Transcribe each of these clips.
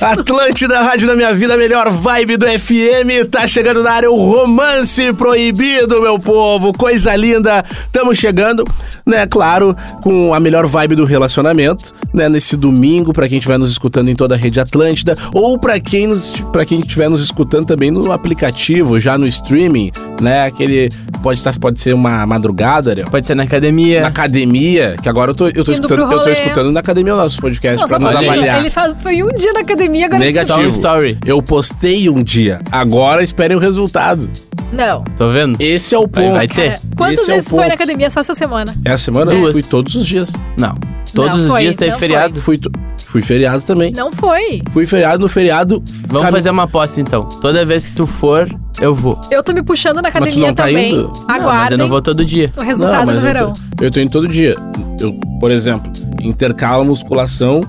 Atlântida, Rádio da Minha Vida, melhor vibe do FM, tá chegando na área o Romance Proibido, meu povo, coisa linda, estamos chegando, né, claro, com a melhor vibe do relacionamento, né, nesse domingo, pra quem estiver nos escutando em toda a rede Atlântida, ou pra quem, nos, pra quem estiver nos escutando também no aplicativo, já no streaming, né, aquele, pode, tá, pode ser uma madrugada, Ariel. Pode ser na Na academia. academia, que agora eu tô, eu tô, É. Indo escutando, pro eu tô rolê. escutando na academia o nosso podcast Não, pra só nos pra dizer, avaliar. Ele faz, foi um dia na academia, agora ele Negativo. Só um story. Eu postei um dia. Agora esperem o resultado. Não. Tô vendo? Esse é o Vai, ponto. vai ter? Quantas Esse é o vezes tu foi ponto. na academia só essa semana? Essa semana eu Duas. fui todos os dias. Não. Todos os foi, dias teve não feriado. Fui, to- fui feriado também. Não foi. Fui feriado no feriado. Vamos cami- fazer uma aposta então. Toda vez que tu for, eu vou. Eu tô me puxando na tu academia não tá também. indo? Não, mas eu Aguardem não vou todo dia. o resultado mas eu do verão. Tô, eu tô indo todo dia. Eu, por exemplo, intercalo a musculação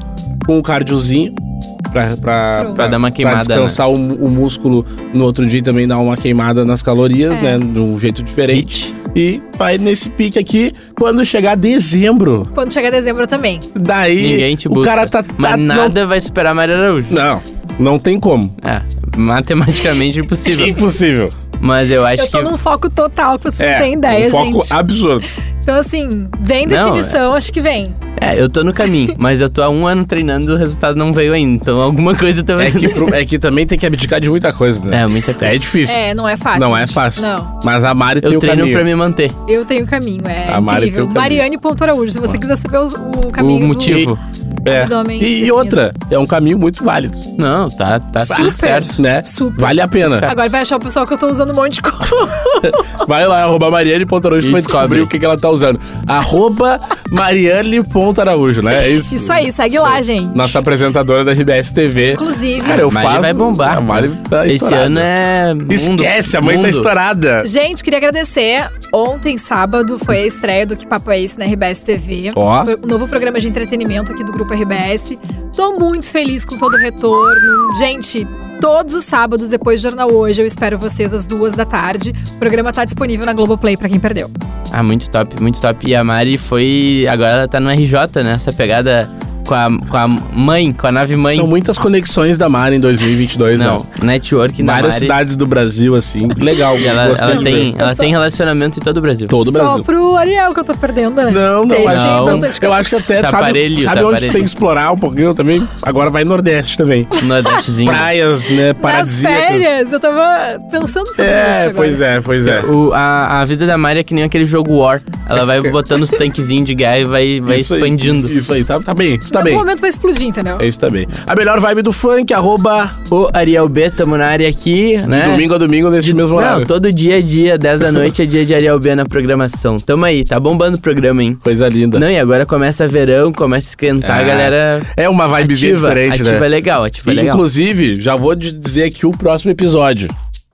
com o cardiozinho. Pra, pra, Pra dar uma queimada, né? descansar o, o músculo no outro dia e também dar uma queimada nas calorias, né? É. De um jeito diferente. E vai nesse pique aqui quando chegar dezembro. Quando chegar dezembro eu também. Daí Ninguém te o busca. cara tá, tá Mas não- nada vai superar a Maria Araújo. Não, não tem como. É, matematicamente impossível. Impossível. Mas eu acho Eu tô que. num foco total, que vocês é, não têm ideia, um foco gente. absurdo. Então, assim, vem Não, definição, acho que vem. É, eu tô no caminho, mas eu tô há um ano treinando e o resultado não veio ainda. Então alguma coisa eu tô É que, fazendo. pro- é que também tem que abdicar de muita coisa, né? É, muita coisa. É, difícil. É, não é fácil. não é gente. fácil. Não. Mas a Mari tem Eu o treino caminho. pra me manter. Eu tenho o caminho, é A Mari tem incrível. o caminho. Mariane.araújo, se você quiser saber os- o, caminho o do... motivo. É. E, Abdômen e definido. outra, é um caminho muito válido, Não, tá, tá Super. tudo certo. né? Super. Vale a pena. Agora vai achar o pessoal que eu tô usando um monte de coisa. Vai lá, arroba Mariane Ponto Araújo E pra descobrir descobre. o que, que ela tá usando. Arroba Mariane Ponto Araújo, né? É isso. Isso aí, segue lá, gente. Nossa apresentadora da RBS TV. Inclusive, Cara, eu Mari faço. vai bombar. A Mari tá Esse estourada. ano é. Mundo, Esquece, a mãe tá mundo. estourada. gente, queria agradecer. Ontem, sábado, foi a estreia do Que Papo É Esse na RBS TV. Ó. Foi um novo programa de entretenimento aqui do Grupo RBS. Tô muito feliz com todo o retorno. Gente, todos os sábados, depois do Jornal Hoje, eu espero vocês às duas da tarde. O programa tá disponível na Globoplay pra quem perdeu. Ah, muito top, muito top. E a Mari foi. Agora ela tá no RJ, né? Essa pegada com a, com a mãe, com a nave mãe. São muitas conexões da Mari em 2022, né? Não, network na Várias Mari. cidades do Brasil, assim. Legal, E ela, gostei ela de tem, ver. ela Eu só- tem relacionamento em todo o Brasil. Todo o Só Brasil. pro Ariel que eu tô perdendo, né? Não, não, Tem, mas sim, Não. bastante eu acho que até, Tá sabe, aparelho, sabe tá onde aparelho. tem que explorar um pouquinho também? Agora vai Nordeste também. Nordestezinho. Praias, né, Nas paradisíacas. férias, eu tava pensando sobre isso né? É, agora. pois é, pois é. O- a, a vida da Mari é que nem aquele jogo War. Ela vai botando os tanquezinhos de gás e vai, vai Isso aí, expandindo. isso aí, tá, tá bem, isso Em tá algum bem. momento vai explodir, entendeu? É isso tá bem. A melhor vibe do funk, arroba O Ariel B, tamo na área aqui, de né? domingo a domingo nesse mesmo Não, horário. todo dia é dia, 10 da noite é dia de Ariel B na programação. Tamo aí, tá bombando o programa, hein? Coisa linda. Não, e agora começa verão, começa a esquentar, Tá. Ah, a galera. É uma vibezinha Ativa, diferente, ativa é né? legal, ativa é E, legal. Inclusive, já vou de- dizer aqui o próximo episódio.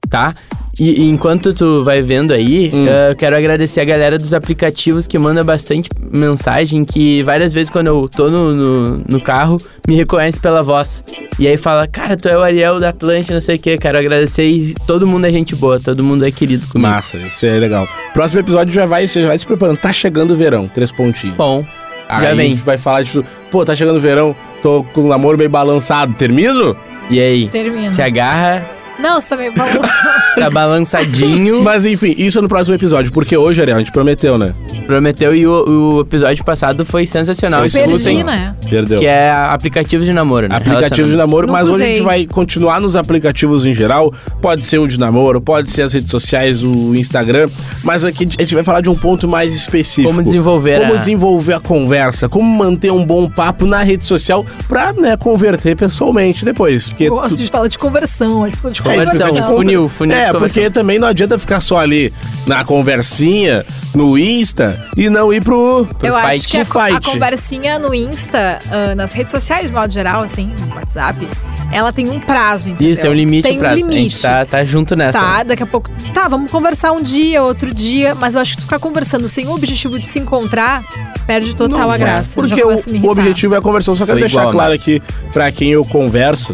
tá? E, e enquanto tu vai vendo aí, Hum. eu quero agradecer a galera dos aplicativos que manda bastante mensagem, que várias vezes quando eu tô no, no, no carro, me reconhece pela voz. E aí fala, cara, tu é o Ariel da Atlântida, não sei o quê. Quero agradecer e todo mundo é gente boa, todo mundo é querido comigo. Massa, isso é legal. Próximo episódio já vai, você já vai se preparando. Tá chegando o verão, três pontinhos. Bom, Aí já a vem. gente vai falar de tudo. Pô, tá chegando o verão, tô com o namoro meio balançado. Termino? e aí? Termina. Se agarra, Não, você também. Vamos... se tá balançadinho. Mas enfim, isso é no próximo episódio, porque hoje, Ariel, a gente prometeu, né? Prometeu e o, o episódio passado foi sensacional. Foi escutem, Perdi, né? Perdeu. Que é aplicativo de namoro, né? Aplicativo de Relacionamento. namoro, Não mas hoje a usei. gente vai continuar nos aplicativos em geral. Pode ser o de namoro, pode ser as redes sociais, o Instagram. Mas aqui a gente vai falar de um ponto mais específico. Como desenvolver Como a- desenvolver a conversa, como manter um bom papo na rede social pra, né, converter pessoalmente depois. Porque Gosto de falar de conversão, as pessoas de É, Conversão, precisa de conversão. conver- funil, funil de É, conversão. porque também não adianta ficar só ali na conversinha, no Insta, e não ir pro. fight. Eu acho que a, Pro co- a fight. conversinha no Insta, ah, nas redes sociais, de modo geral, assim, no WhatsApp, ela tem um prazo, entendeu? Isso, tem um limite Tem um pra A limite. gente tá, tá junto nessa. Tá, daqui a pouco. Tá, vamos conversar um dia, outro dia, mas eu acho que tu ficar conversando sem o objetivo de se encontrar, perde total Não a vai. graça. Porque Já o, começa a me o irritar. objetivo é a conversão. Só Sou quero deixar igual, né? claro aqui pra quem eu converso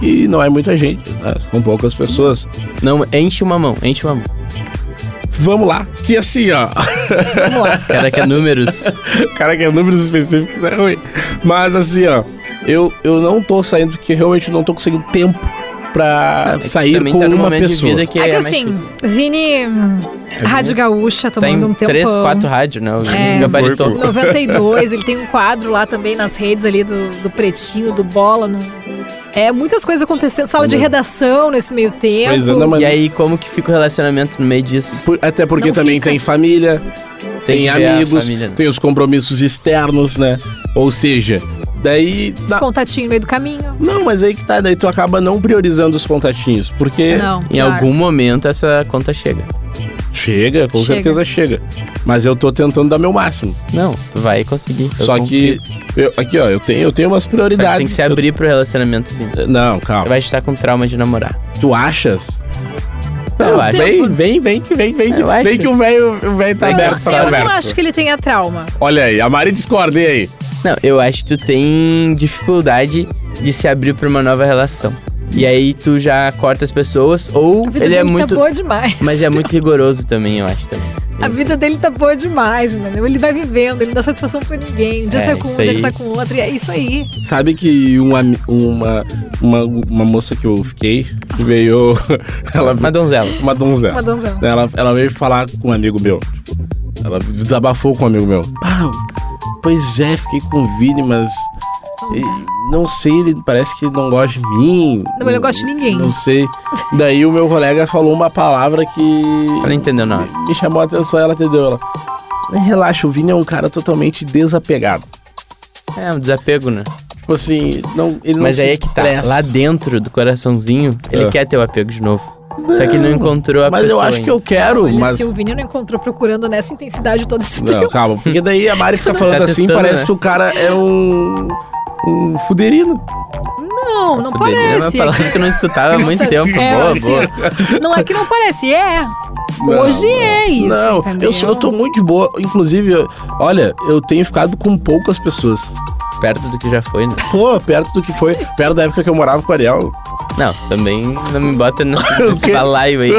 que não é muita gente, né? são poucas pessoas. Não, enche uma mão, enche uma mão. Vamos lá, que assim, ó. Vamos lá. Cara, que é números. Cara, que é números específicos é ruim. Mas assim, ó, eu, eu não tô saindo porque realmente não tô conseguindo tempo pra É que sair também com tá num uma momento de pessoa. vida que É que mais assim, difícil. Vini, Rádio Gaúcha, tomando um É tem tempão. três, quatro rádios, né? O É. gabaritou. 92, ele tem um quadro lá também nas redes ali do, do Pretinho, do Bola. no- É, muitas coisas acontecendo. Sala de redação nesse meio tempo. Pois é, não, mas E aí, como que fica o relacionamento no meio disso? por- até porque Não também fica. tem família, tem, que ver a amigos, família, né? tem os compromissos externos, né? Ou seja, daí. Os dá- contatinhos no meio do caminho. Não, mas aí que tá, daí tu acaba não priorizando os contatinhos, porque Não, É, Em claro. algum momento essa conta chega. chega, com Chega. certeza chega. Mas eu tô tentando dar meu máximo. Não, tu vai conseguir. Eu Só confio. que eu- aqui, ó, eu tenho, eu tenho umas Só que tem que prioridades. se abrir pro relacionamento. Vini. Eu- Não, calma. Vai estar com trauma de namorar. Tu achas? Eu Não, acho. vem, vem, vem que vem, vem que, Eu acho. vem que o velho o velho tá Vem, aberto pra Marcelo. eu não conversa. acho que ele tenha trauma. Olha aí, a Mari discorda, e aí? Não, eu acho que tu tem dificuldade de se abrir pra uma nova relação. E aí tu já corta as pessoas ou A vida ele dele é muito tá boa demais. mas é muito rigoroso também, eu acho também. A vida dele tá boa demais, entendeu? Ele vai vivendo, ele não dá satisfação pra ninguém. Um dia É, sai com um, isso um dia aí. que sai com outro. E é isso aí. Sabe que uma, uma, uma, uma moça que eu fiquei veio. Ela, Uma donzela. uma donzela. Uma donzela. Ela, ela veio falar com um amigo meu. Tipo, Ela desabafou com um amigo meu. Ah, pois é, fiquei com o Vini, mas. e, Não sei, ele parece que não gosta de mim. Não, ele não gosta de ninguém. Não sei. Daí o meu colega falou uma palavra que Ela não entendeu nada. me chamou a atenção, ela entendeu. Ela, relaxa, o Vini é um cara totalmente desapegado. É um desapego, né? Tipo assim, não, ele não Mas se aí é que tá. estressa. Lá dentro do coraçãozinho, ele Ah. quer ter o apego de novo. Só que ele não encontrou a Mas eu pessoa acho que eu quero, Olha, mas... se o Vini não encontrou procurando nessa intensidade todo esse Não, tempo. calma, porque daí a Mari fica falando Tá assim, testando, parece né? que o cara é um... Um fuderino. Não, não assim, ainda. Fuderia, parece. É uma palavra que eu não escutava há muito Nossa, tempo. é, boa, assim, boa. Não é que não parece, é. Não, Hoje é isso. não, entendeu? eu, sou- eu tô muito de boa. Inclusive, eu- olha, eu tenho ficado com poucas pessoas. Perto do que já foi, né? Pô, perto do que foi, perto da época que eu morava com o Ariel. Não, também não me bota nesse, quê? nesse balaio aí.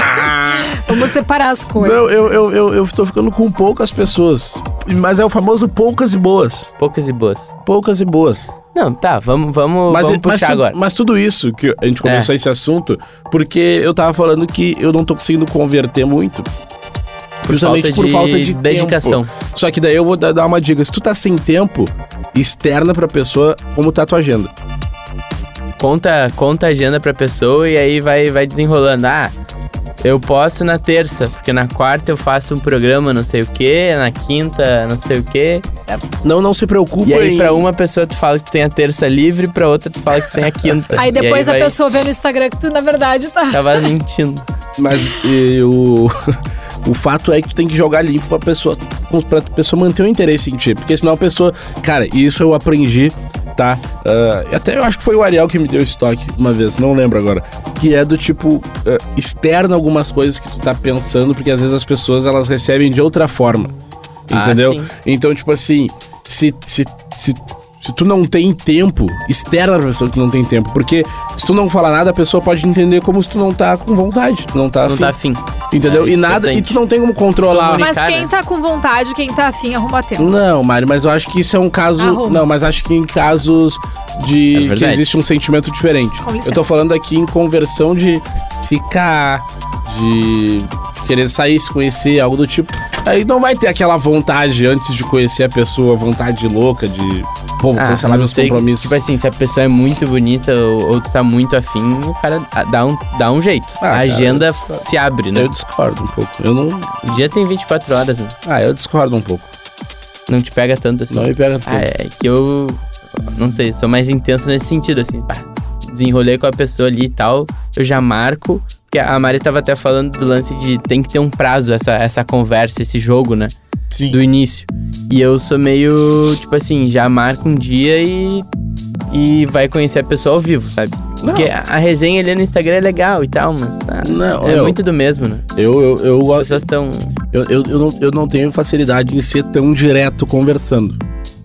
Ah. Vamos separar as coisas. Não, eu, eu, eu, eu tô ficando com poucas pessoas. Mas é o famoso poucas e boas. Poucas e boas. Poucas e boas. Não, tá, vamos, vamos, Mas, é- vamos mas, puxar tu- agora. É. mas tudo isso que a gente começou esse assunto, porque eu tava falando que eu não tô conseguindo converter muito. Justamente falta por de falta de dedicação. tempo. Só que daí eu vou dar dar uma dica. Se tu tá sem tempo, externa pra pessoa como tá a tua agenda. Conta, conta a agenda pra pessoa e aí vai, vai desenrolando. Ah, eu posso na terça, porque na quarta eu faço um programa não sei o quê, na quinta não sei o quê. Não, não se preocupa E aí em- pra um uma pessoa tu fala que tu tem a terça livre, pra outra tu fala que tu tem a quinta. Aí E depois a vai- pessoa vê no Instagram que tu, na verdade, tá. Tava mentindo. Mas e, o, o fato é que tu tem que jogar limpo pra pessoa, pra pessoa manter o interesse em ti. Porque senão a pessoa. Cara, isso eu aprendi, tá? Ah, até eu acho que foi o Ariel que me deu esse toque uma vez, não lembro agora. Que é do tipo, ah, externa algumas coisas que tu tá pensando, porque às vezes as pessoas elas recebem de outra forma. Ah, Entendeu? sim. então, tipo assim, se, se, se, se tu não tem tempo, externa pra pessoa que tu não tem tempo. Porque se tu não falar nada, a pessoa pode entender como se tu não tá com vontade. Tu não tá Não afim. tá afim. Entendeu? É e nada. E tu importante. não tem como controlar. Mas cara. quem tá com vontade, quem tá afim, arruma tempo. Não, Mari, mas eu acho que isso é um caso. Arruma. Não, mas acho que em casos É de. que verdade. existe um sentimento diferente. Com licença. Eu tô falando aqui em conversão de ficar, de querer sair, se conhecer, algo do tipo. Aí não vai ter aquela vontade antes de conhecer a pessoa, vontade louca de. Pô, vou Ah, cancelar não meus sei, compromissos. Tipo assim, se a pessoa é muito bonita ou, ou tu tá muito afim, o cara ah, dá um, dá um jeito. Ah, a cara, agenda isso- se abre, né? Eu discordo um pouco. Eu não. O dia tem 24 horas, né? Ah, eu discordo um pouco. não te pega tanto assim. Não me pega tanto. Ah, é que eu. Não sei, sou mais intenso nesse sentido, assim. pá, Desenrolei com a pessoa ali e tal, eu já marco. Porque a Mari tava até falando do lance de tem que ter um prazo essa, essa conversa, esse jogo, né? Sim. Do início. E eu sou meio, tipo assim, já marco um dia e. E vai conhecer a pessoa ao vivo, sabe? Porque a, a resenha ali no Instagram é legal e tal, mas. ah, Não, é eu- muito do mesmo, né? Eu, eu, eu As gosto. pessoas estão. Eu, eu, eu, não, eu não tenho facilidade em ser tão direto conversando,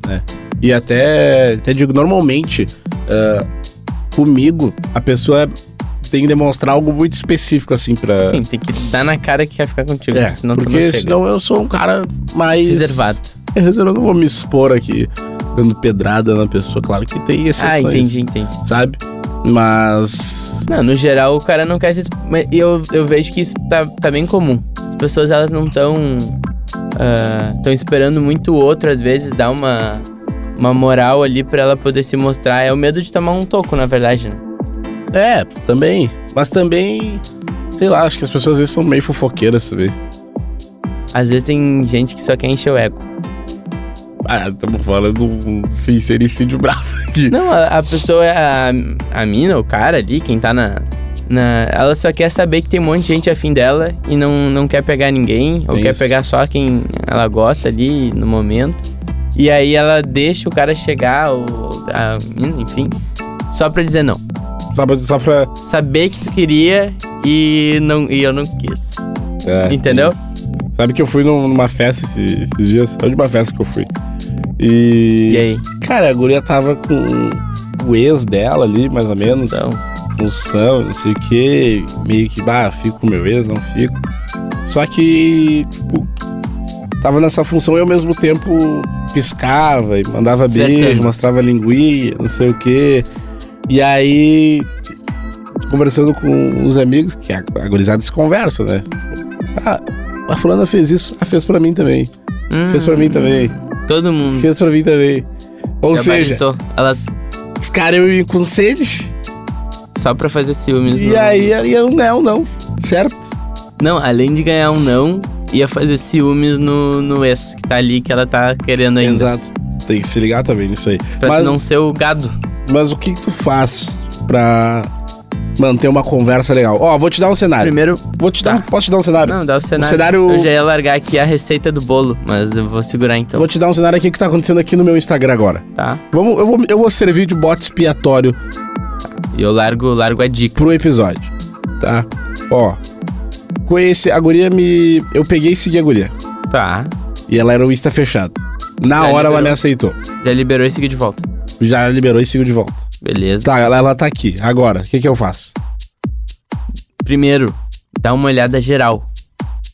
né? E até, até digo, normalmente, ah, Comigo, a pessoa tem que demonstrar algo muito específico, assim, pra. Sim, tem que dar na cara que quer ficar contigo, É, senão tu não porque chega. senão eu sou um cara mais. Reservado. É, Eu não vou me expor aqui dando pedrada na pessoa. Claro que tem exceções. Ah, entendi, entendi. Sabe? Mas. Não, no geral o cara não quer se exp- mas eu, eu vejo que isso tá, tá bem comum. As pessoas elas não estão estão esperando muito o outro às vezes dar uma uma moral ali pra ela poder se mostrar. É o medo de tomar um toco, na verdade, né? É, também. Mas também. Sei lá, acho que as pessoas às vezes são meio fofoqueiras, sabe? Às vezes tem gente que só quer encher o eco. Ah, estamos falando um sincericídio bravo aqui. Não, a, a pessoa, a, a mina, o cara ali, quem tá na, na. Ela só quer saber que tem um monte de gente afim dela e não, não quer pegar ninguém, ou Tem quer isso. pegar só quem ela gosta ali no momento. E aí ela deixa o cara chegar, ou a mina, enfim, só pra dizer não. Só pra. Tá, Só pra Saber que tu queria e, não, e eu não quis. É, Entendeu? isso. Sabe que eu fui num- numa festa esse- esses, dias? A última festa que eu fui. E. E aí? Cara, a guria tava com o ex dela ali, mais ou menos. Então, Função, não sei o quê. Meio que, bah, fico com meu ex, não fico. Só que. tipo, tava nessa função e ao mesmo tempo piscava e mandava beijo, Flertando. mostrava linguinha, não sei o quê. E aí. Conversando com os amigos, que a, a gurizada se conversa, né? Ah, a fulana fez isso, ah, fez pra mim também. hum, Fez pra mim também. todo mundo. Fez pra mim também. Ou seja, gabaritou. Ela os caras iam ir com sede. só pra fazer ciúmes. E no- aí ia um não, não. Certo? Não, além de ganhar um não, ia fazer ciúmes no, no ex que tá ali, que ela tá querendo ainda. Exato. Tem que se ligar também nisso aí. Pra mas, tu não ser o gado. mas o que, que tu faz pra manter uma conversa legal? Ó, vou te dar um cenário. Primeiro. Tá. Vou te dar, posso te dar um cenário? Não, então. dá o cenário. cenário- Eu já ia largar aqui a receita do bolo, mas eu vou segurar então. Vou te dar um cenário aqui que tá acontecendo aqui no meu Instagram agora. Tá? Vamos, eu, vou, eu vou servir de bote expiatório E eu largo, largo a dica. pro episódio, tá? Ó, conheci a guria me... Eu peguei e segui a guria. Tá. E ela era o Insta fechado. Na Já hora ela liberou. me aceitou. Já liberou e seguiu de volta. Já liberou e seguiu de volta. Beleza. Tá, ela, ela tá aqui. Agora, o que que eu faço? Primeiro, dá uma olhada geral.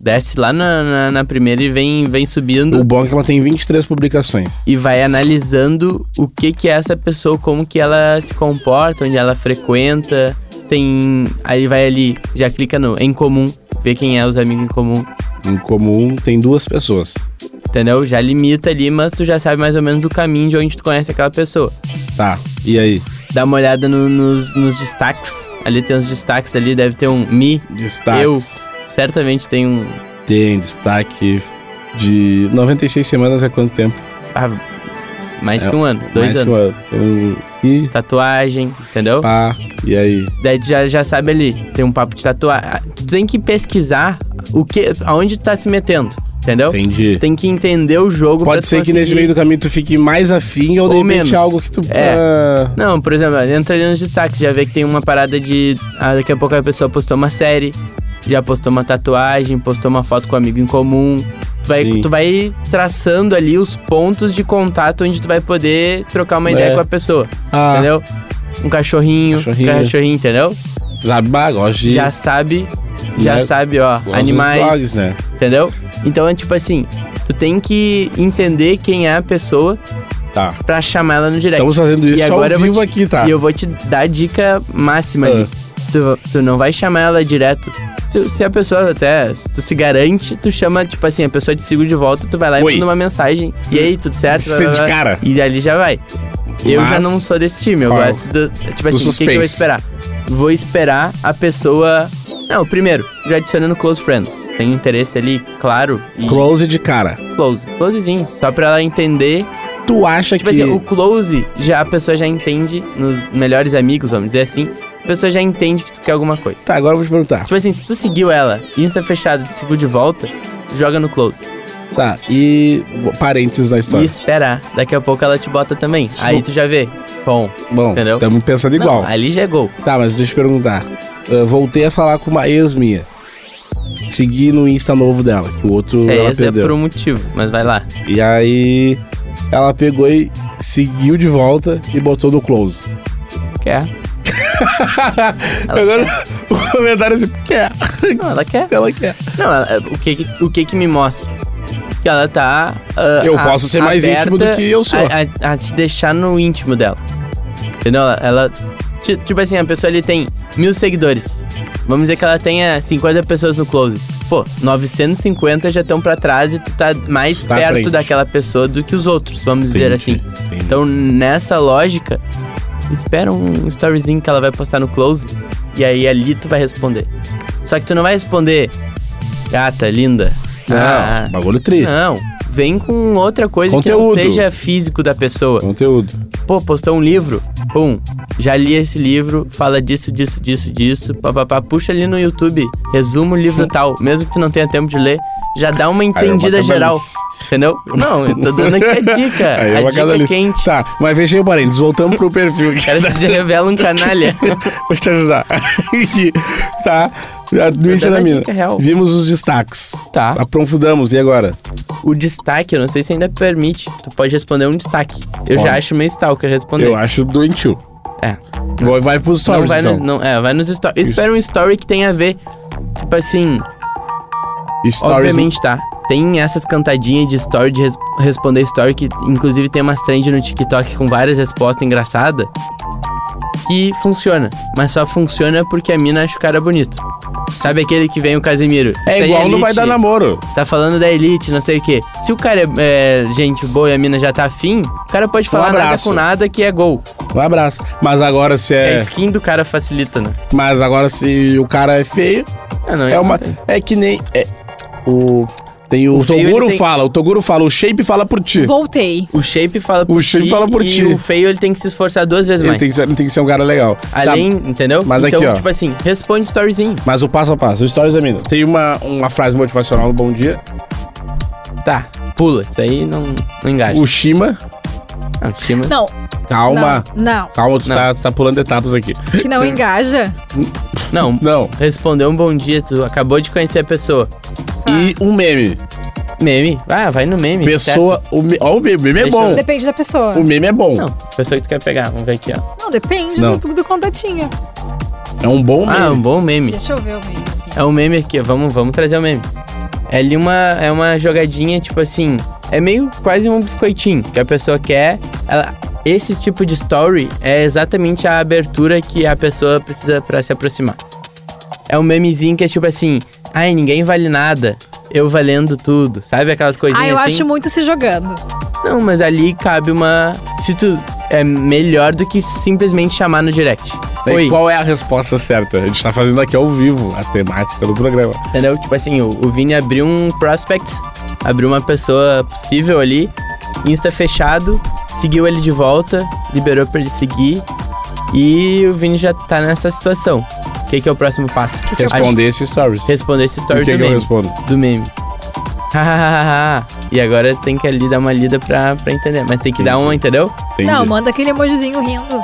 Desce lá na, na, na primeira e vem, vem subindo. O bom é que ela tem 23 publicações. e vai analisando o que que é essa pessoa, como que ela se comporta, onde ela frequenta, se tem, aí vai ali, já clica no em comum, vê quem é os amigos em comum, Em comum, tem duas pessoas. entendeu? Já limita ali, mas tu já sabe mais ou menos o caminho de onde tu conhece aquela pessoa. Tá, e aí? Dá uma olhada no- nos, nos destaques, ali tem os destaques ali, deve ter um me, Destaques. certamente tem um, Tem destaque de 96 semanas é quanto tempo? ah, mais É, que um ano, dois Mais que anos. Um, ano. um, e Tatuagem, entendeu? pá, e aí? Daí tu já, já sabe ali, tem um papo de tatuagem. Tu tem que pesquisar o que, aonde tu tá se metendo, entendeu? Entendi. Tu Então, tem que entender o jogo pra Pode tu ser que nesse conseguir- meio do caminho tu fique mais afim ou, de Ou repente menos. algo que tu... É. Ah, Não, por exemplo, entra ali nos destaques, já vê que tem uma parada de... ah, daqui a pouco a pessoa postou uma série, já postou uma tatuagem, postou uma foto com um amigo em comum. Tu vai, Sim. tu vai traçando ali os pontos de contato onde tu vai poder trocar uma ideia É. com a pessoa, ah, entendeu? Um cachorrinho, Cachorrinho. um cachorrinho, entendeu? Sabe, bah, gosto de... Já sabe, já Né? sabe, ó, gosto dos animais... dogs, né? Entendeu? Então é tipo assim, tu tem que entender quem é a pessoa Tá. pra chamar ela no direct. Estamos fazendo isso E ao agora eu vou vivo te- aqui, tá? E eu vou te dar a dica máxima Ah. ali. Tu, tu não vai chamar ela direto. Tu- se a pessoa até, se tu se garante, tu chama, tipo assim, a pessoa te segura de volta, tu vai lá e Oi. manda uma mensagem. E aí, tudo certo? Isso Blá, é blá, de blá. cara. E ali já vai. Eu Mas- já não sou desse time, eu Qual? gosto do. Do Tipo assim, o que, que eu vou suspense. esperar? Vou esperar a pessoa. Não, primeiro, já adicionando close friends. Tem interesse ali, claro. E Close de cara. close. Closezinho. Só pra ela entender. Tu acha Tipo que... assim, o close, já, a pessoa já entende, nos melhores amigos, vamos dizer assim, a pessoa já entende que tu quer alguma coisa. Tá, agora eu vou te perguntar. Tipo assim, se tu seguiu ela, Insta fechado, te seguiu de volta, joga no close. Tá, e parênteses na história. E espera. Daqui a pouco ela te bota também. Aí tu já vê. Bom, Bom, entendeu? estamos pensando igual. não, ali já é gol. Tá, mas deixa eu te perguntar. Eu voltei a falar com uma ex minha. Segui no Insta novo dela, que o outro Se é ela esse é perdeu. por um motivo, mas vai lá. E aí ela pegou e seguiu de volta e botou no close. Quer. Agora o comentário assim, quer. Não, ela quer. Ela quer. Não, ela- o, que, que- o que que me mostra? Que ela tá. ah, Eu a- posso ser mais aberta íntimo do que eu sou. A, a- a te deixar no íntimo dela. Entendeu? Ela. ela- ti- tipo assim, a pessoa ali tem mil seguidores. Vamos dizer que ela tenha 50 pessoas no close. Pô, 950 já estão pra trás e tu tá mais Tá à perto frente. daquela pessoa do que os outros, vamos dizer assim. Entendi, entendi. Então, nessa lógica, espera um storyzinho que ela vai postar no close e aí ali tu vai responder. Só que tu não vai responder gata, linda. Não, Ah, bagulho tri. não. Vem com outra coisa Conteúdo. que não seja físico da pessoa. Conteúdo. Pô, postou um livro. Pum. Já li esse livro, fala disso, disso, disso, disso. Papapá. Puxa ali no YouTube. Resumo o livro tal. Mesmo que tu não tenha tempo de ler, já dá é uma entendida bacana, geral. mas- Entendeu? Não, eu tô dando aqui a dica. Aí é a uma dica cada lista. quente. Tá, mas fechei o parênteses, voltamos pro perfil. aqui. Cara, você já revela um canalha. Vou te ajudar. Aqui, tá. Já do início dando da a mina. dica é real. Vimos os destaques. Tá. Aprofundamos, e agora? o destaque, eu não sei se ainda permite. Tu pode responder um destaque. Eu Pode. já acho meio stalker responder. Eu acho doentio. É. Vai, vai pros Não stories, vai, então. nos, não, é, vai nos stories. Espera um story que tenha a ver. Tipo assim, Stories. né? obviamente tá. Tem essas cantadinhas de story, de res- responder story, que inclusive tem umas trend no TikTok com várias respostas engraçadas. Que funciona. Mas só funciona porque a mina acha o cara bonito. Sabe aquele que vem o Casemiro? É Isso aí igual não elite. vai dar namoro. Tá falando da elite, não sei o quê. Se o cara é, é, gente boa e a mina já tá afim, o cara pode falar nada Um abraço. com nada que é gol. Um abraço. Mas agora se A é. skin do cara facilita, né? Mas agora se o cara é feio, Ah, não, é eu uma. não tenho. É que nem. É, o. Tem o, O feio, Toguro ele tem- fala, o Toguro fala, o shape fala por ti. Voltei. O shape fala por O shape ti fala por e ti. o feio ele tem que se esforçar duas vezes Ele mais. tem que, ser, ele tem que ser um cara legal. Além, Tá, entendeu? Mas então, aqui, ó. tipo assim, responde storyzinho. mas o passo a passo, o stories da mina. Tem uma, uma frase motivacional no Bom Dia. Tá, pula. Isso aí não, não engaja. O Shima, Não, estima. Não. calma. Não. Calma, tu Não. tá, tá pulando etapas aqui. não. Que não engaja. Não. Tá. Não. Respondeu um bom dia, tu acabou de conhecer a pessoa. E um meme. Meme. Ah, vai no meme. certo? Pessoa. O me... Ó, o meme, o meme é Deixa bom. eu- Depende da pessoa. O meme é bom. Não, pessoa que tu quer pegar. Vamos ver aqui, ó. Não, depende Não. Do, do contatinho. É um bom meme. Ah, um bom meme. Deixa eu ver o meio. aqui. É um meme aqui, ó, vamos, vamos trazer o meme. É ali uma, é uma jogadinha, tipo assim, é meio quase um biscoitinho que a pessoa quer. ela- esse tipo de story é exatamente a abertura que a pessoa precisa pra se aproximar. É um memezinho que é tipo assim, ai, ninguém vale nada, eu valendo tudo, sabe aquelas coisinhas Ah, eu assim? acho muito se jogando. Não, mas ali cabe uma. Se tu. É melhor do que simplesmente chamar no direct. E Oi. qual é a resposta certa? A gente tá fazendo aqui ao vivo a temática do programa. Entendeu? Tipo assim, o, o Vini abriu um prospect, abriu uma pessoa possível ali, Insta fechado, seguiu ele de volta, liberou pra ele seguir e o Vini já tá nessa situação. O que, que é o próximo passo? Responder esse stories. Acho- Responder esse E story o que, do, que eu meme, respondo? do meme. Hahaha. e agora tem que ali dar uma lida pra, pra entender. Mas tem que dar uma, entendeu? Entendi. Não, manda aquele emojizinho rindo.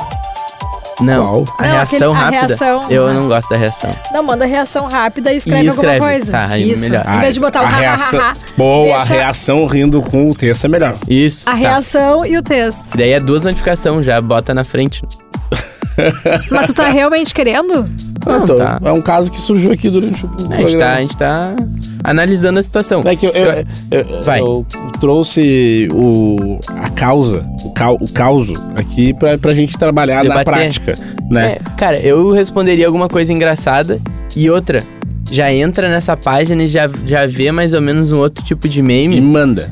Não. Qual? A Não, reação aquele- a rápida. reação- né? Eu não gosto da reação. Não, manda reação rápida e escreve, E escreve. alguma coisa. Tá, aí Isso. melhor. Em vez de botar o Ah, a ha, ha, reação. ha, ha, Boa, deixa a reação rindo com o texto é melhor. Isso. A tá. reação e o texto. Daí é duas notificações, já bota na frente. Mas tu tá realmente querendo? Não, Então, tá. É um caso que surgiu aqui durante o É, a, gente tá, a programa. gente tá analisando a situação. É que eu, eu- eu- Vai. eu trouxe o, a causa, o, cau, o causo aqui pra, pra gente trabalhar na Debater. prática, né? É, cara, eu responderia alguma coisa engraçada e outra. Já entra nessa página e já, já vê mais ou menos um outro tipo de Me meme. manda.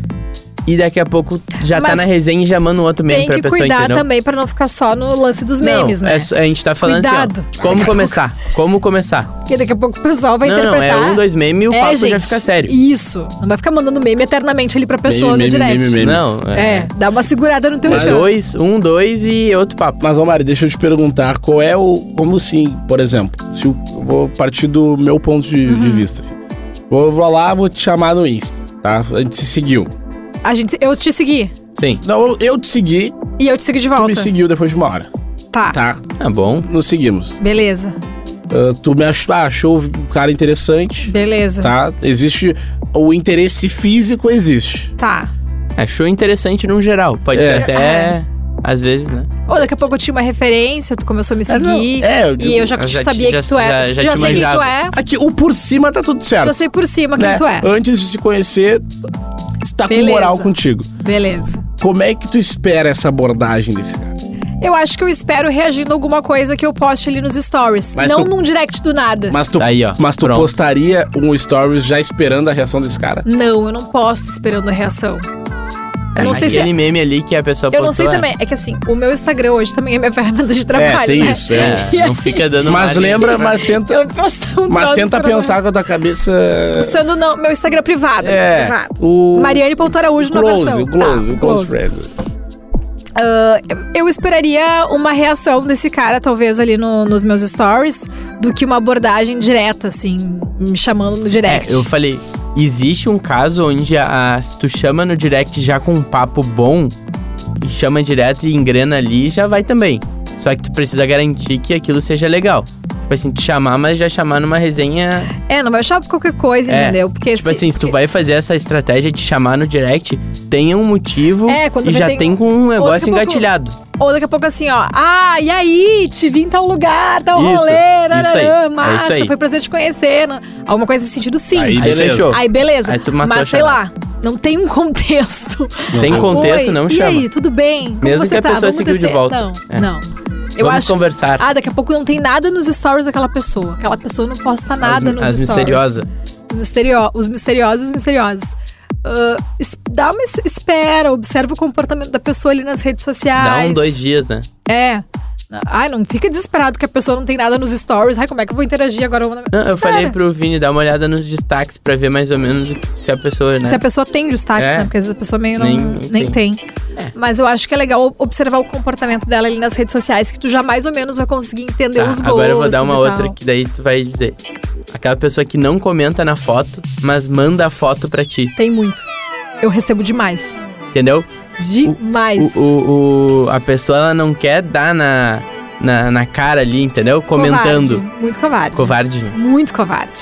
E daqui a pouco já tá Mas na resenha e já manda um outro meme Tem pra que pessoa, cuidar entendeu? também pra não ficar só no lance dos Não, memes, é né? só- a gente tá falando Cuidado. assim, ó, como começar? Como começar? Porque daqui a pouco o pessoal vai não, não, interpretar. é um, dois memes e o É, papo gente, já fica sério. Isso. Não vai ficar mandando meme eternamente ali pra pessoa Meme, no meme, direct. meme, meme. Não, É, dá uma segurada no teu é jogo. dois, um, dois e outro papo. Mas, ô Mari, deixa eu te perguntar, qual é o. Como assim, por exemplo? Se eu, eu vou partir do meu ponto de, Uhum. de vista. assim. Vou, vou lá, vou te chamar no Insta, tá? A gente se seguiu. A gente, eu te segui. Sim. Não, eu, eu te segui, E eu te segui de tu volta. me seguiu depois de uma hora, Tá. tá? Tá bom. Nos seguimos. Beleza. Ah, tu me achou, ah, achou o cara interessante, Beleza. tá? Existe. O interesse físico existe. Tá. Achou interessante num geral. Pode É. Ah, ser até. Às vezes, né? Ou daqui a pouco eu tinha uma referência, tu começou a me É, não. seguir. É, eu digo- e eu já, eu já sabia te- que tu já- era. já Já, te sei quem tu imaginava. é, Aqui, o por cima tá tudo certo. já sei por cima quem né? tu é. Antes de se conhecer, está com Beleza. moral contigo. Beleza. Como é que tu espera essa abordagem desse cara? Eu acho que eu espero reagindo a alguma coisa que eu poste ali nos stories. Mas não tu- num direct do nada. Mas tu, Tá aí, ó. Mas tu Pronto. postaria um stories já esperando a reação desse cara? Não, eu não posto esperando a reação. Eu não sei se é- Aquele meme ali que a pessoa Eu postou, não sei é. também. É que assim, o meu Instagram hoje também é minha ferramenta de trabalho, é, tem né? isso. É. É, não fica dando Mas mole. lembra, mas Eu tenta, posto um mas troço tenta pra- pensar com a tua cabeça. Sendo não, meu Instagram privado. É, privado. o- Mariane Ponto Araújo na Close, versão. o close, Tá, o close friend. Ah, eu esperaria uma reação desse cara, talvez, ali no- nos meus stories, do que uma abordagem direta, assim, me chamando no direct. É, eu falei, existe um caso onde a, se tu chama no direct já com um papo bom, e chama direto e engrena ali, já vai também. Só que tu precisa garantir que aquilo seja legal. Tipo assim, te chamar, mas já chamar numa resenha. É, não vai achar por qualquer coisa, É, entendeu? Porque tipo assim, se tu vai fazer essa estratégia de chamar no direct, tenha um motivo É, quando e vê, já tem tem, com um negócio pouco- engatilhado. Ou daqui a pouco assim, ó. Ah, e aí? Te vi em tal lugar, tal Isso, isso rolê, aí, nararã, é isso massa, aí. foi prazer te conhecer. né? Alguma coisa nesse sentido, sim. Aí, beleza. fechou. Aí, beleza. Aí tu matou a Mas sei charada. lá, não tem um contexto. Sem Oi, contexto, Oi, não e chama. aí, tudo bem? Como Mesmo você que a tá? pessoa Vamos seguiu de descer. volta. Não, É. não. Eu Vamos acho. conversar. Ah, daqui a pouco não tem nada nos stories daquela pessoa. Aquela pessoa não posta nada as, nos as stories. misteriosas. Misterio- os misteriosos e misteriosos. dá uma es- espera, observa o comportamento da pessoa ali nas redes Dá sociais. um, dois dias, né? É. Ai, não fica desesperado que a pessoa não tem nada nos stories. Ai, como é que eu vou interagir agora? Não, eu Espera. falei pro Vini dar uma olhada nos destaques pra ver mais ou menos o que- se a pessoa, né? Se a pessoa tem destaques, É. né? Porque às vezes a pessoa meio não, nem, Nem- tem. Mas eu acho que é legal observar o comportamento dela ali nas redes sociais, que tu já mais ou menos vai conseguir entender Tá, os gostos. agora eu vou dar uma e outra tal. que daí tu vai dizer. Aquela pessoa que não comenta na foto, mas manda a foto pra ti, Tem muito. Eu recebo demais. entendeu? Demais. O, o- o- a pessoa ela não quer dar na, na, na cara ali, entendeu? Comentando. Covarde, muito covarde. Covardinho. Muito covarde.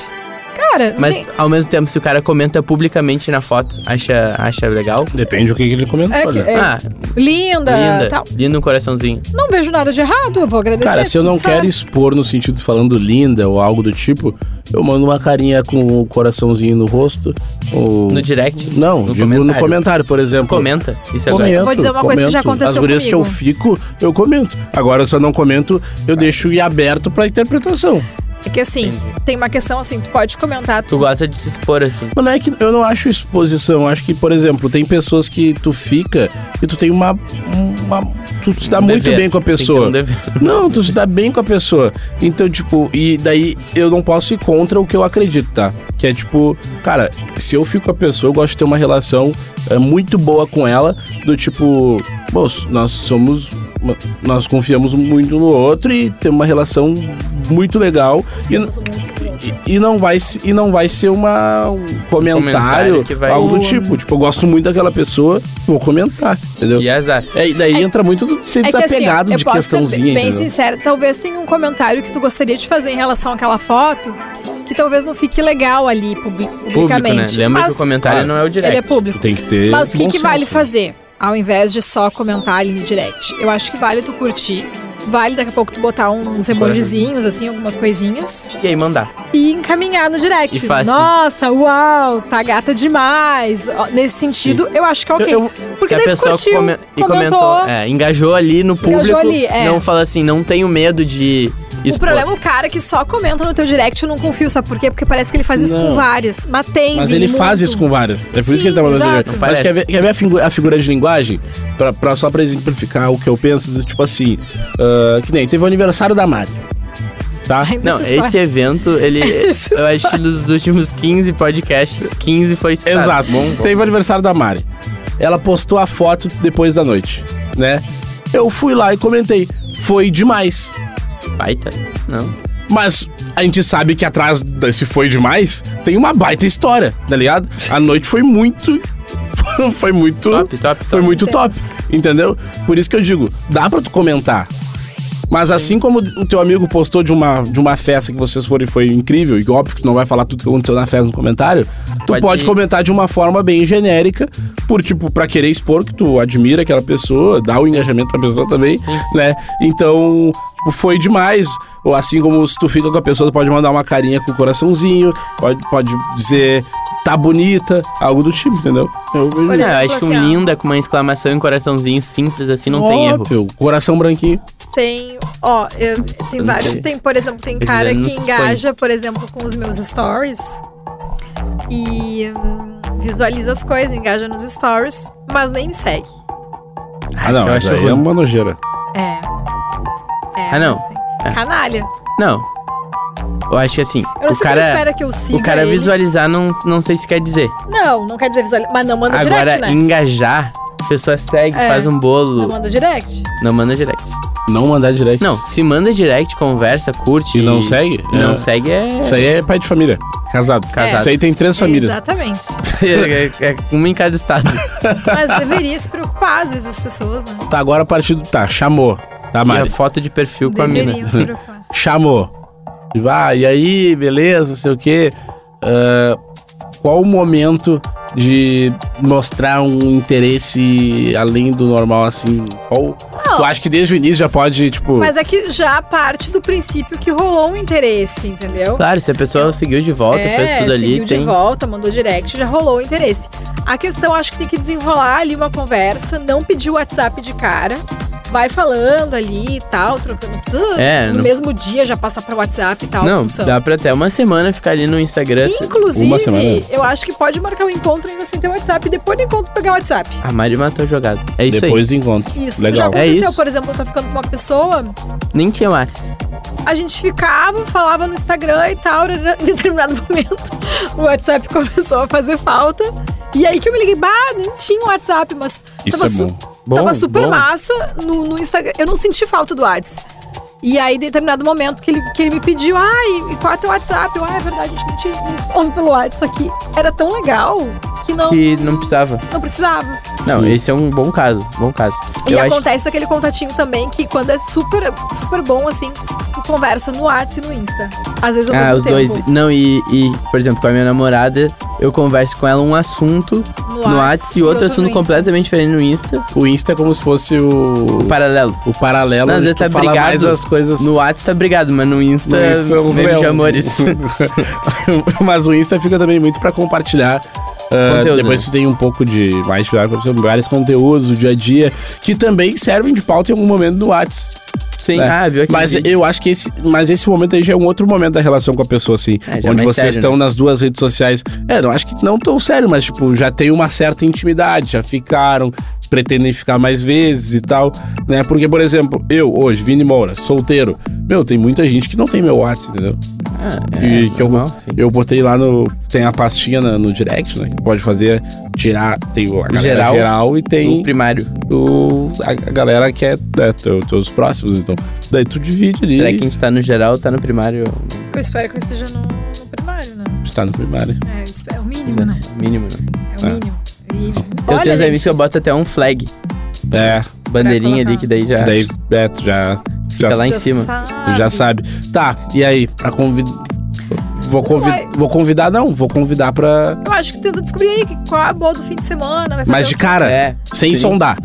Cara, não Mas tem- ao mesmo tempo, se o cara comenta publicamente na foto, acha, acha legal? Depende do que, que ele comentou, É que- né? é, tá. Ah, linda, linda. tal. Lindo um coraçãozinho. Não vejo nada de errado, eu vou agradecer. Cara, se eu não é tudo certo. quero expor no sentido de falando linda ou algo do tipo, eu mando uma carinha com o coraçãozinho no rosto. Ou... No direct? Não, no digo no comentário, por exemplo. Comenta. Isso é Comento, Vou dizer uma coisa que já comento. As aconteceu gurias que eu comigo. fico, eu comento. Agora, se eu não comento, eu deixo ir aberto pra interpretação. É que assim, Entendi. tem uma questão assim, tu pode comentar. Tu gosta de se expor assim. Mas não é que eu não acho exposição. eu Acho que, por exemplo, tem pessoas que tu fica e tu tem uma. uma- tu se dá Um muito dever. bem com a Tem que ter pessoa. um dever. Não, tu se dá bem com a pessoa. Então, tipo, e daí eu não posso ir contra o que eu acredito, tá? Que é tipo, cara, se eu fico com a pessoa, eu gosto de ter uma relação é, muito boa com ela, do tipo, bom, nós somos. Nós confiamos muito no outro e temos uma relação muito legal. E, e, e não, vai, se- e não vai ser uma, um comentário, comentário que vai- algo do Boa. tipo. Tipo, eu gosto muito daquela pessoa, vou comentar, entendeu? E azar. É, e daí entra muito do ser É que assim, ó, desapegado eu de posso ser questãozinha. bem entendeu? sincera, talvez tenha um comentário que tu gostaria de fazer em relação àquela foto, que talvez não fique legal ali publi- Público, né? publicamente. Lembra que mas o Ah. comentário não é o direct. ele é público. Tu tem que ter. Mas o que, bom que vale senso. fazer? Ao invés de só comentar ali no direct. Eu acho que vale tu curtir. Vale daqui a pouco tu botar uns emojizinhos, assim, algumas coisinhas. E aí mandar. E encaminhar no direct. E fácil. Nossa, uau, tá gata demais. Ó, Nesse sentido, eu acho que é ok. Eu- eu- Porque Se daí a tu pessoa curtiu, come- e comentou. comentou, é, engajou ali no público, ali, é. não fala assim, não tenho medo de O expor. problema é o cara que só comenta no teu direct, eu não confio, sabe por quê? Porque parece que ele faz isso Não. com várias. Mas tem. Mas Vini, ele faz muito. isso com várias. É por Sim, isso que ele tá mandando exato. ver. Mas Parece. quer ver, quer ver a, figu- a figura de linguagem? Pra, pra- só pra exemplificar o que eu penso, do tipo assim. ah, que nem teve o aniversário da Mari. Tá? Ai, Não, nessa esse é história. evento, ele... é, Essa eu acho que dos últimos 15 podcasts, 15 foi citado. Exato. Bom, bom. Teve o aniversário da Mari. Ela postou a foto depois da noite, né? Eu fui lá e comentei. Foi demais. Baita. tá. Não. Mas a gente sabe que atrás desse foi demais, tem uma baita história, tá ligado? A noite foi muito. Foi muito. Top, top, top. Foi muito top, entendeu? Por isso que eu digo, dá pra tu comentar. Mas assim como o teu amigo postou de uma, de uma festa que vocês foram e foi incrível, e óbvio que tu não vai falar tudo que aconteceu na festa no comentário, tu tu pode... comentar de uma forma bem genérica, por tipo, pra querer expor que tu admira aquela pessoa, dá o engajamento pra pessoa também, né? Então, tipo, foi demais. Ou assim como se tu fica com a pessoa, tu pode mandar uma carinha com o coraçãozinho, pode, pode dizer tá bonita, algo do tipo, entendeu? Eu vejo Não, Olha, eu acho que tipo um assim, ó. linda com uma exclamação e um coraçãozinho simples assim não tem erro. Óbvio, coração branquinho. Tem, ó, eu- tem não vários. sei. Tem, por exemplo, tem Esse cara daí não que se expõe. engaja, por exemplo, com os meus stories e hum, visualiza as coisas, engaja nos stories, mas nem me segue. Ah, não, isso eu mas acho aí ruim. é uma nojeira. É. é Ah, não. mas tem. É. Canalha. Não. Eu acho que assim, Eu não o sei como ele cara espera que eu siga. o cara é ele. visualizar não, não sei se quer dizer. Não, não quer dizer visualizar. Mas não manda Agora é direct, né? engajar, a pessoa segue, É. faz um bolo, Não manda direct. não manda direct. Não mandar direto. Não, se manda direct, conversa, curte. E não segue? Não É. segue é. Isso aí é pai de família. Casado. Casado. Isso aí tem três famílias. Exatamente. é, é uma em cada estado. Mas deveria se preocupar, às vezes, as pessoas, né? Tá, agora a partir do. Tá, chamou. Tá, E a Mari? foto de perfil com a mina. Deveriam se preocupar. Chamou. Ah, e aí, beleza, sei o quê. Ah, qual o momento de mostrar um interesse além do normal, assim? Qual. Tu acha que desde o início já pode, tipo. Mas é que já parte do princípio que rolou um interesse, entendeu? Claro, se a pessoa seguiu de volta, é, fez tá tudo seguiu ali, de tem. volta, mandou direct, já rolou o interesse. A questão, acho que tem que desenrolar ali uma conversa, não pedir o WhatsApp de cara. Vai falando ali e tal, trocando. Não precisa É, no não- mesmo dia já passar para WhatsApp e tal. Não, função. dá pra até uma semana ficar ali no Instagram. se- Uma Inclusive, semana. eu acho que pode marcar o encontro ainda sem ter WhatsApp e depois do encontro pegar o WhatsApp. A Mari matou a jogada. É isso depois do encontro. Isso já Legal. É aconteceu, isso. por exemplo, eu tô ficando com uma pessoa, aí. Nem tinha Whats. a gente ficava, falava no Instagram e tal, rarara, em determinado momento o WhatsApp começou a fazer falta. E aí que eu me liguei, bah, nem tinha o WhatsApp, mas Isso tava, é su- bom. Bom, tava super bom. massa no, no Instagram. Eu não senti falta do WhatsApp. E aí, em determinado momento que ele, que ele me pediu, ai, e qual é teu WhatsApp? Eu, ah, é verdade, a gente não te responde pelo WhatsApp. Isso aqui era tão legal que não, Que não precisava. não precisava. Não, Sim. esse é um bom caso. Bom caso. E é eu acho. acontece daquele contatinho também que quando é super, super bom, assim, tu conversa no WhatsApp e no Insta. Às vezes ao Ah, mesmo os tempo. dois. Não, e, e, por exemplo, com a minha namorada, eu converso com ela um assunto no WhatsApp e outro assunto no Insta. completamente diferente no Insta, O Insta é como se fosse o. paralelo. O paralelo Não, às onde vezes tu tá fala brigado mais as coisas No WhatsApp tá brigado, mas no Insta, são os meme de é leão. amores. um Mas o Insta fica também muito pra compartilhar. ah, Conteúdo, depois né? tu tem um pouco de mais de vários conteúdos do dia a dia que também servem de pauta em algum momento do WhatsApp. Sim, É. ah, viu aqui. Mas eu acho que esse, mas esse momento aí já é um outro momento da relação com a pessoa, assim. É, já é onde mais vocês sério, estão nas duas redes sociais. É, não acho que não tão sério, mas, tipo, já tem uma certa intimidade, já ficaram, pretendem ficar mais vezes e tal, né? Porque, por exemplo, eu hoje, Vini Moura, solteiro, meu, tem muita gente que não tem meu WhatsApp, entendeu? Ah, é, e que eu, eu botei lá no. Tem a pastinha na- no direct, né? Que pode fazer, tirar. Tem o a galera Geral. geral, e tem O primário. o, a, a galera que é né, teu- teus próximos, então. Daí tu divide ali. Será que a gente tá no geral ou tá no primário? Eu espero que eu esteja no, no primário, né? Tu tá no primário. É, eu espero- é o mínimo, né? Mínimo, né? É o mínimo. E, Eu tenho olha, uns gente, amigos que eu boto até um flag, É, bandeirinha ali, colocar. que daí já. daí é, tu já, Fica já, lá em já cima. tu já sabe. Tá, e aí, pra convidar. Vou, convi- Vai. vou convidar, não, vou convidar pra. Eu acho que tenta descobrir aí que- qual é a boa do fim de semana. Vai fazer Mas de o- cara, É, né? sem sim. sondar.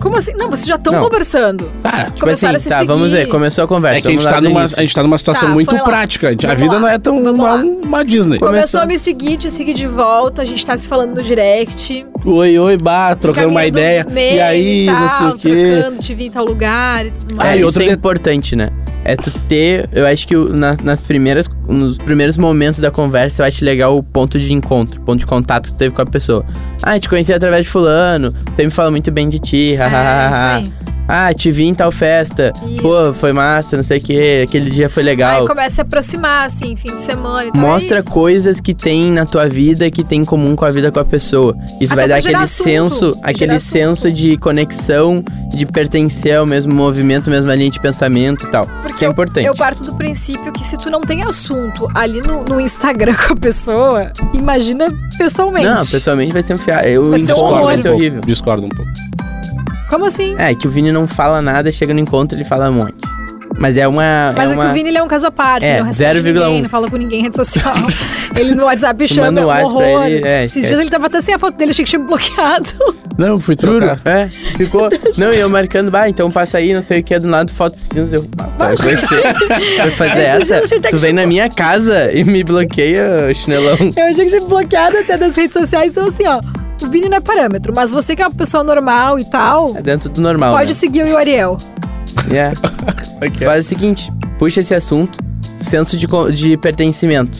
Como assim? Não, vocês já estão Não. conversando. Cara, Tipo assim, Começaram a tá, se vamos seguir. ver, começou a conversa. é que a gente, vamos lá tá do numa, a início. gente tá numa situação Tá, muito foi lá. prática. a Vamos vida lá. não é tão. Vamos Não é lá. uma Disney. Começou. Começou a me seguir, te seguir de volta, a gente tá se falando no direct. Oi, oi, bah, trocando uma Caminhando ideia. meme E aí, tal, não sei o quê. Trocando, te vi em tal lugar e Ah, tudo mais. e É, isso outro é de- importante, né? É tu ter, eu acho que o- na- nas primeiras, nos primeiros momentos da conversa, eu acho legal o ponto de encontro, ponto de contato que tu teve com a pessoa. Ah, te conheci através de fulano, você me fala muito bem de ti, hahaha. É, isso aí. ah, te vi em tal festa, Isso. pô, foi massa, não sei o que, aquele dia foi legal. Aí começa a se aproximar, assim, fim de semana. Então Mostra aí, coisas que tem na tua vida que tem em comum com a vida com a pessoa. Isso vai Até Ah, pra dar gerar aquele assunto, senso, pra gerar aquele assunto. senso de conexão, de pertencer ao mesmo movimento, mesma linha de pensamento e tal. Isso porque é eu, importante. eu parto do princípio que se tu não tem assunto ali no, no Instagram com a pessoa, imagina pessoalmente. Não, pessoalmente vai ser um fiasco. O Vai ser um encontro vai horror. ser horrível. Discordo um pouco. Como assim? É, que o Vini não fala nada, chega no encontro ele fala um monte. Mas é uma. Mas é é, uma... que o Vini ele é um caso à parte, É, ele não responde 0,1. ninguém, não fala com ninguém em rede social. ele no Whatsap Manda chama, um é um WhatsApp pra horror. ele, é, Esses esquece. dias ele tava até sem a foto dele, achei que tinha me bloqueado. Não, fui trocar. É, ficou. Não, e eu marcando, bah, então passa aí, não sei o que, do lado, foto cinza. Eu, bah, vai ser. Vai fazer Esses dias essa? a gente tá Tu vem achando- na minha casa e me bloqueia, chinelão. Eu achei que tinha me bloqueado até das redes sociais, então assim, ó. O Vini não é parâmetro, mas você que é uma pessoa normal e tal, É dentro do normal. pode seguir eu e o Ariel. né? É. Faz o seguinte, puxa esse assunto, senso de, co- de pertencimento.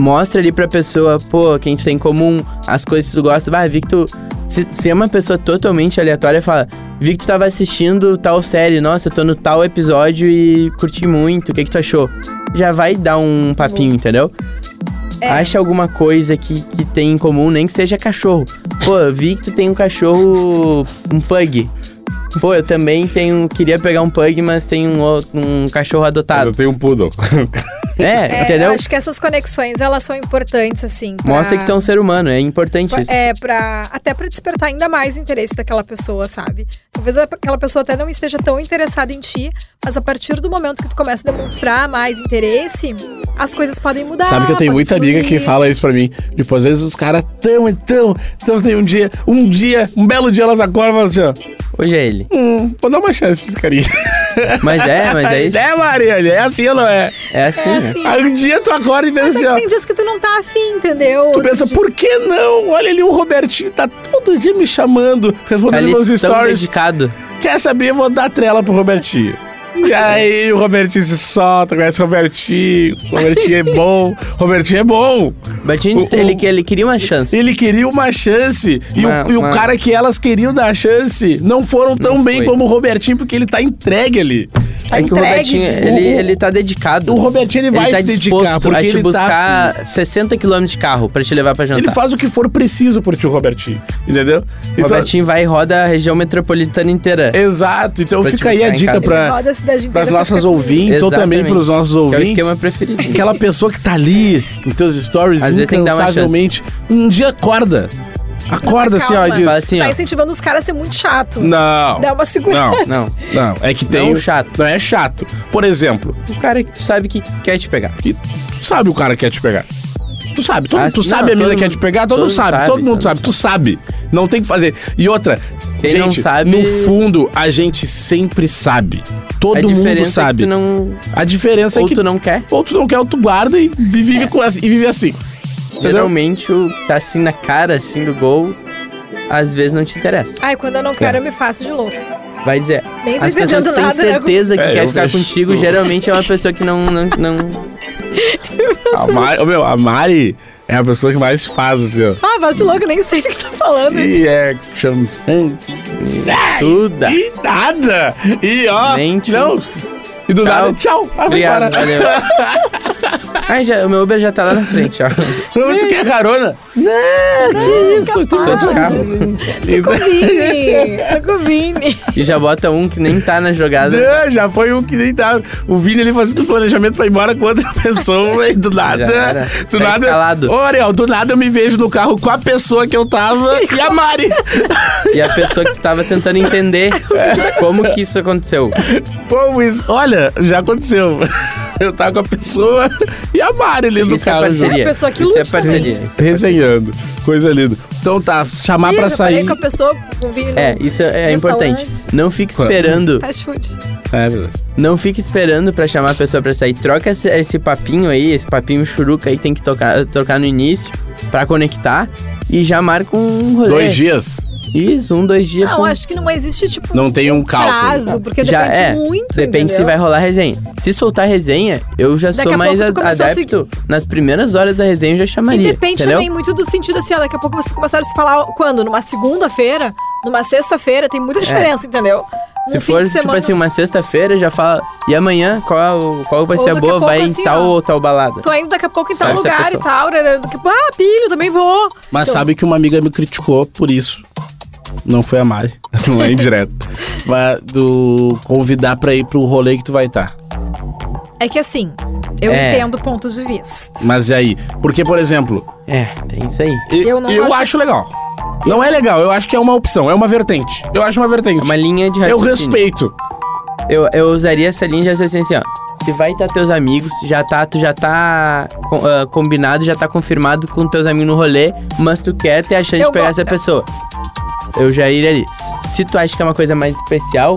Mostra ali pra pessoa, pô, quem tu tem em comum, as coisas que tu gosta. Bah, vi que tu. Se, se é uma pessoa totalmente aleatória, fala, vi que tu tava assistindo tal série, nossa, eu tô no tal episódio e curti muito, o que que tu achou? Já vai dar um papinho, entendeu? É. Acha alguma coisa que, que tem em comum, nem que seja cachorro. Pô, eu vi que tu tem um cachorro. um pug. Pô, eu também tenho. Queria pegar um pug, mas tem um, outro- um cachorro Eu adotado. tenho um poodle. É, entendeu? acho que essas conexões, elas são importantes, assim. pra- Mostra que tu é um ser humano, é importante isso. É, pra, até pra despertar ainda mais o interesse daquela pessoa, sabe? Talvez aquela pessoa até não esteja tão interessada em ti, mas a partir do momento que tu começa a demonstrar mais interesse, as coisas podem mudar. Sabe que eu tenho podem muita amiga que fluir. fala isso pra mim. Tipo, às vezes os caras tão, então, então tem um dia, um dia, um belo dia elas acordam e falam assim, ó. Hoje é ele. Hum, vou dar uma chance pra esse carinha. Mas é, mas é isso. É, Maria, é assim ou não é? É assim. é É assim. Aí um dia tu acorda e pensa Só assim, que ó. tem dias que tu não tá afim, entendeu? Tu pensa, por que não? Olha ali o Robertinho, tá todo dia me chamando, respondendo Ali meus tão stories. dedicado. Quer saber? Eu vou dar trela pro Robertinho. E aí o Robertinho se solta, conhece o Robertinho. O Robertinho é bom. O Robertinho é bom. Batinho, O- o- ele, ele queria uma chance. Ele queria uma chance. E, Uma- o, e o uma- cara que elas queriam dar a chance não foram tão bem foi. como o Robertinho, porque ele tá entregue ali. Tá É que o entregue. Robertinho, ele, o, ele tá dedicado. o Robertinho ele vai tá se dedicar, disposto porque a te ele tá. buscar 60 km de carro pra te levar pra jantar. Ele faz o que for preciso por ti, o Robertinho. Entendeu? O Então- Robertinho vai e roda a região metropolitana inteira. Exato. Então Pra te fica aí a buscar tá em dica casa. pra, Roda a cidade pras inteira pra nossas ficar com- ouvintes ou também Exatamente. pros nossos Que é o ouvintes. esquema preferido. Aquela pessoa que tá ali nos teus stories Às vezes tem que dar uma incansavelmente. Um dia acorda. Acorda assim, ó, e Calma. diz. Fala assim, tá ó. incentivando os caras a ser muito chato. Não. Dá uma segurada. Não. Não. Não, é que tem. Não chato. Não é chato. Por exemplo, O cara que tu sabe que quer te pegar. que tu sabe o cara que quer te pegar. Tu sabe, tu, Ah, tu não, sabe a todo mina que quer mundo- te pegar, todo, todo mundo sabe, todo mundo sabe, tu sabe. Não tem o que fazer. E outra, Quem gente, não sabe- no fundo, a gente sempre sabe. a Todo diferença mundo É que sabe. tu não... A diferença Ou é que tu não quer. ou tu não quer, ou tu guarda e vi- vive, com, assim- e vive assim. Entendeu? Geralmente o que tá assim na cara, assim, do gol, às vezes não te interessa. Ai, quando eu não É. quero, eu me faço de louco. Vai dizer. Nem tô as pessoas entendendo que têm nada, né? certeza que É, eu quer ficar vejo. contigo, geralmente é uma pessoa que não... não, não... é assim A Mari, ô, meu, a Mari é a pessoa que mais faz, assim, ó. Ah, faço de louco, nem sei do que tá falando. E é. Chama. Tuda. E nada! E ó. Nem te- não. E do Tchau. nada, tchau. Ah, vai embora. Obrigado, valeu. Ai, já, o meu Uber já tá lá na frente, ó. Não, tu quer carona? Não, que isso? Tu Tô de carro. Então- Vini, tá com o Vini. E já bota um que nem tá na jogada. Não, já foi um que nem tava. O Vini ele fazendo o planejamento pra ir embora com outra pessoa e do nada. era. Do Tá nada. escalado. Ô, Ariel, do nada eu me vejo no carro com a pessoa que eu tava e a Mari. E a pessoa que tu tava tentando entender como que isso aconteceu. Como isso? Olha, já aconteceu. Eu tava com a pessoa e a Mari ali no Isso é carro. né? parceria. É a pessoa que isso é lute também. parceria. Resenhando. Coisa linda. Então tá, chamar Ih, pra eu falei sair. com a pessoa, com o Vini. no É, isso é Restaurante. importante. Não fique esperando, Fast food. É verdade. não fique esperando pra chamar a pessoa pra sair. Troca esse, esse papinho aí, esse papinho churuca aí tem que tocar, trocar no início pra conectar e já marca um rolê. é. Dois dias. Isso, um, dois dias. Não, é pum. acho que não existe, tipo, Não tem um cálculo. prazo, porque já depende é. muito. depende entendeu? se vai rolar resenha. Se soltar resenha, eu já Daqui sou a mais pouco tu a- começou a adepto. Nas primeiras horas da resenha eu já E chamaria. depende entendeu? também muito do sentido assim, ó, daqui a pouco vocês começaram a se falar quando? Numa segunda-feira? Numa sexta-feira? Tem muita diferença, entendeu? Um É. Se fim for, de tipo semana, assim, uma sexta-feira, já fala. E amanhã, qual, qual vai Ou ser a daqui a boa? pouco, vai assim, em tal ó. ou tal balada? Tô indo daqui a pouco em tal Sabe se a lugar e pessoa- tal. né, daqui a pouco, Ah, pilho, também vou. Mas Então, sabe que uma amiga me criticou por isso. Não foi a Mari. Não é indireto. Mas do convidar pra ir pro rolê que tu vai tá. estar. É que assim, eu É. entendo pontos de vista. Mas e aí? Porque, por exemplo, É, tem isso aí. e- eu, Eu não acho- acho legal. Não é legal, eu acho que é uma opção, é uma vertente. Eu acho uma vertente. É uma linha de eu raciocínio. respeito. Eu, eu usaria essa linha de raciocínio assim, ó. Se vai estar teus amigos, já tá, tu já tá com- ah, combinado, já tá confirmado com teus amigos no rolê, mas tu quer ter a chance Eu de pegar gosto. essa pessoa. Eu já iria ali. S- Se tu acha que é uma coisa mais especial,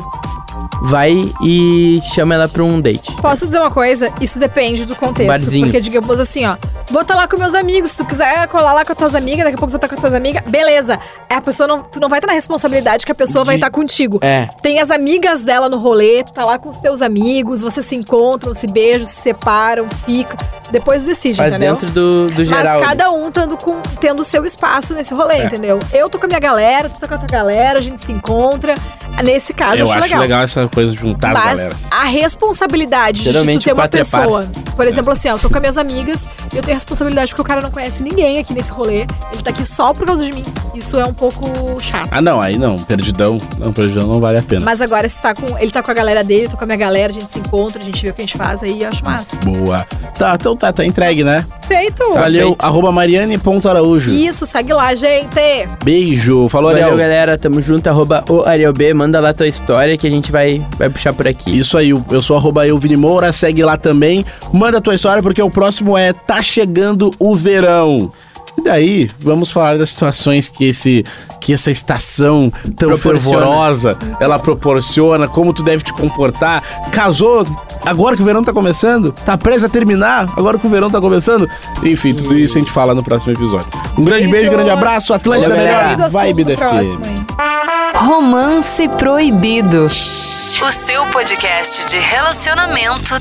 vai e chama ela pra um date. Posso dizer uma coisa? Isso depende do contexto. Barzinho. Porque, digamos assim, ó, vou tá lá com meus amigos, se tu quiser colar lá com as tuas amigas, daqui a pouco tu tá com as tuas amigas, beleza. É, A pessoa não, tu não vai estar na responsabilidade que a pessoa vai De- estar contigo. É. Tem as amigas dela no rolê, tu tá lá com os teus amigos, vocês se encontram, se beijam, se separam, fica. Depois decide, Faz entendeu? dentro do, do geral. né? É. Mas cada um tendo com- tendo o seu espaço nesse rolê, entendeu? Eu tô com a minha galera, tu tá com a tua galera, a gente se encontra. Nesse caso, eu acho legal. essa coisa de juntar a Mas galera. a responsabilidade de Tá, Geralmente tu ter o uma quatro é par. pessoa. Por exemplo, assim, ó, eu tô com as minhas amigas e eu tenho a responsabilidade porque o cara não conhece ninguém aqui nesse rolê. Ele tá aqui só por causa de mim. Isso é um pouco chato. Ah, não, aí não. Perdidão. Não, perdidão não vale a pena. Mas agora, se tá com, ele tá com a galera dele, eu tô com a minha galera, a gente se encontra, a gente vê o que a gente faz, aí eu acho massa. Boa. Tá, então tá, tá entregue, né? Feito! Valeu, feito. arroba mariane.araújo. Isso, segue lá, gente! Beijo. Falou, Valeu, Ariel. galera. Tamo junto. Arroba o Ariel B. Manda lá tua história que a gente vai, vai puxar por aqui. Isso aí, eu sou arroba eu, Vini Moura, segue lá também. Manda tua história, porque o próximo é Tá Chegando o Verão. E daí, vamos falar das situações que, esse, que essa estação tão Proporciona. fervorosa, ela proporciona, como tu deve te comportar. Casou, agora que o verão tá começando? Tá preso a terminar, agora que o verão tá começando? Enfim, tudo isso a gente fala no próximo episódio. Um grande beijo, Beijo. grande abraço, Atlântida Valeu, galera. Melhor, Vibe da FM. hein? Romance Proibido. O seu podcast de relacionamento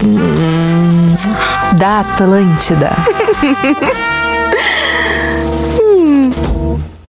da Atlântida.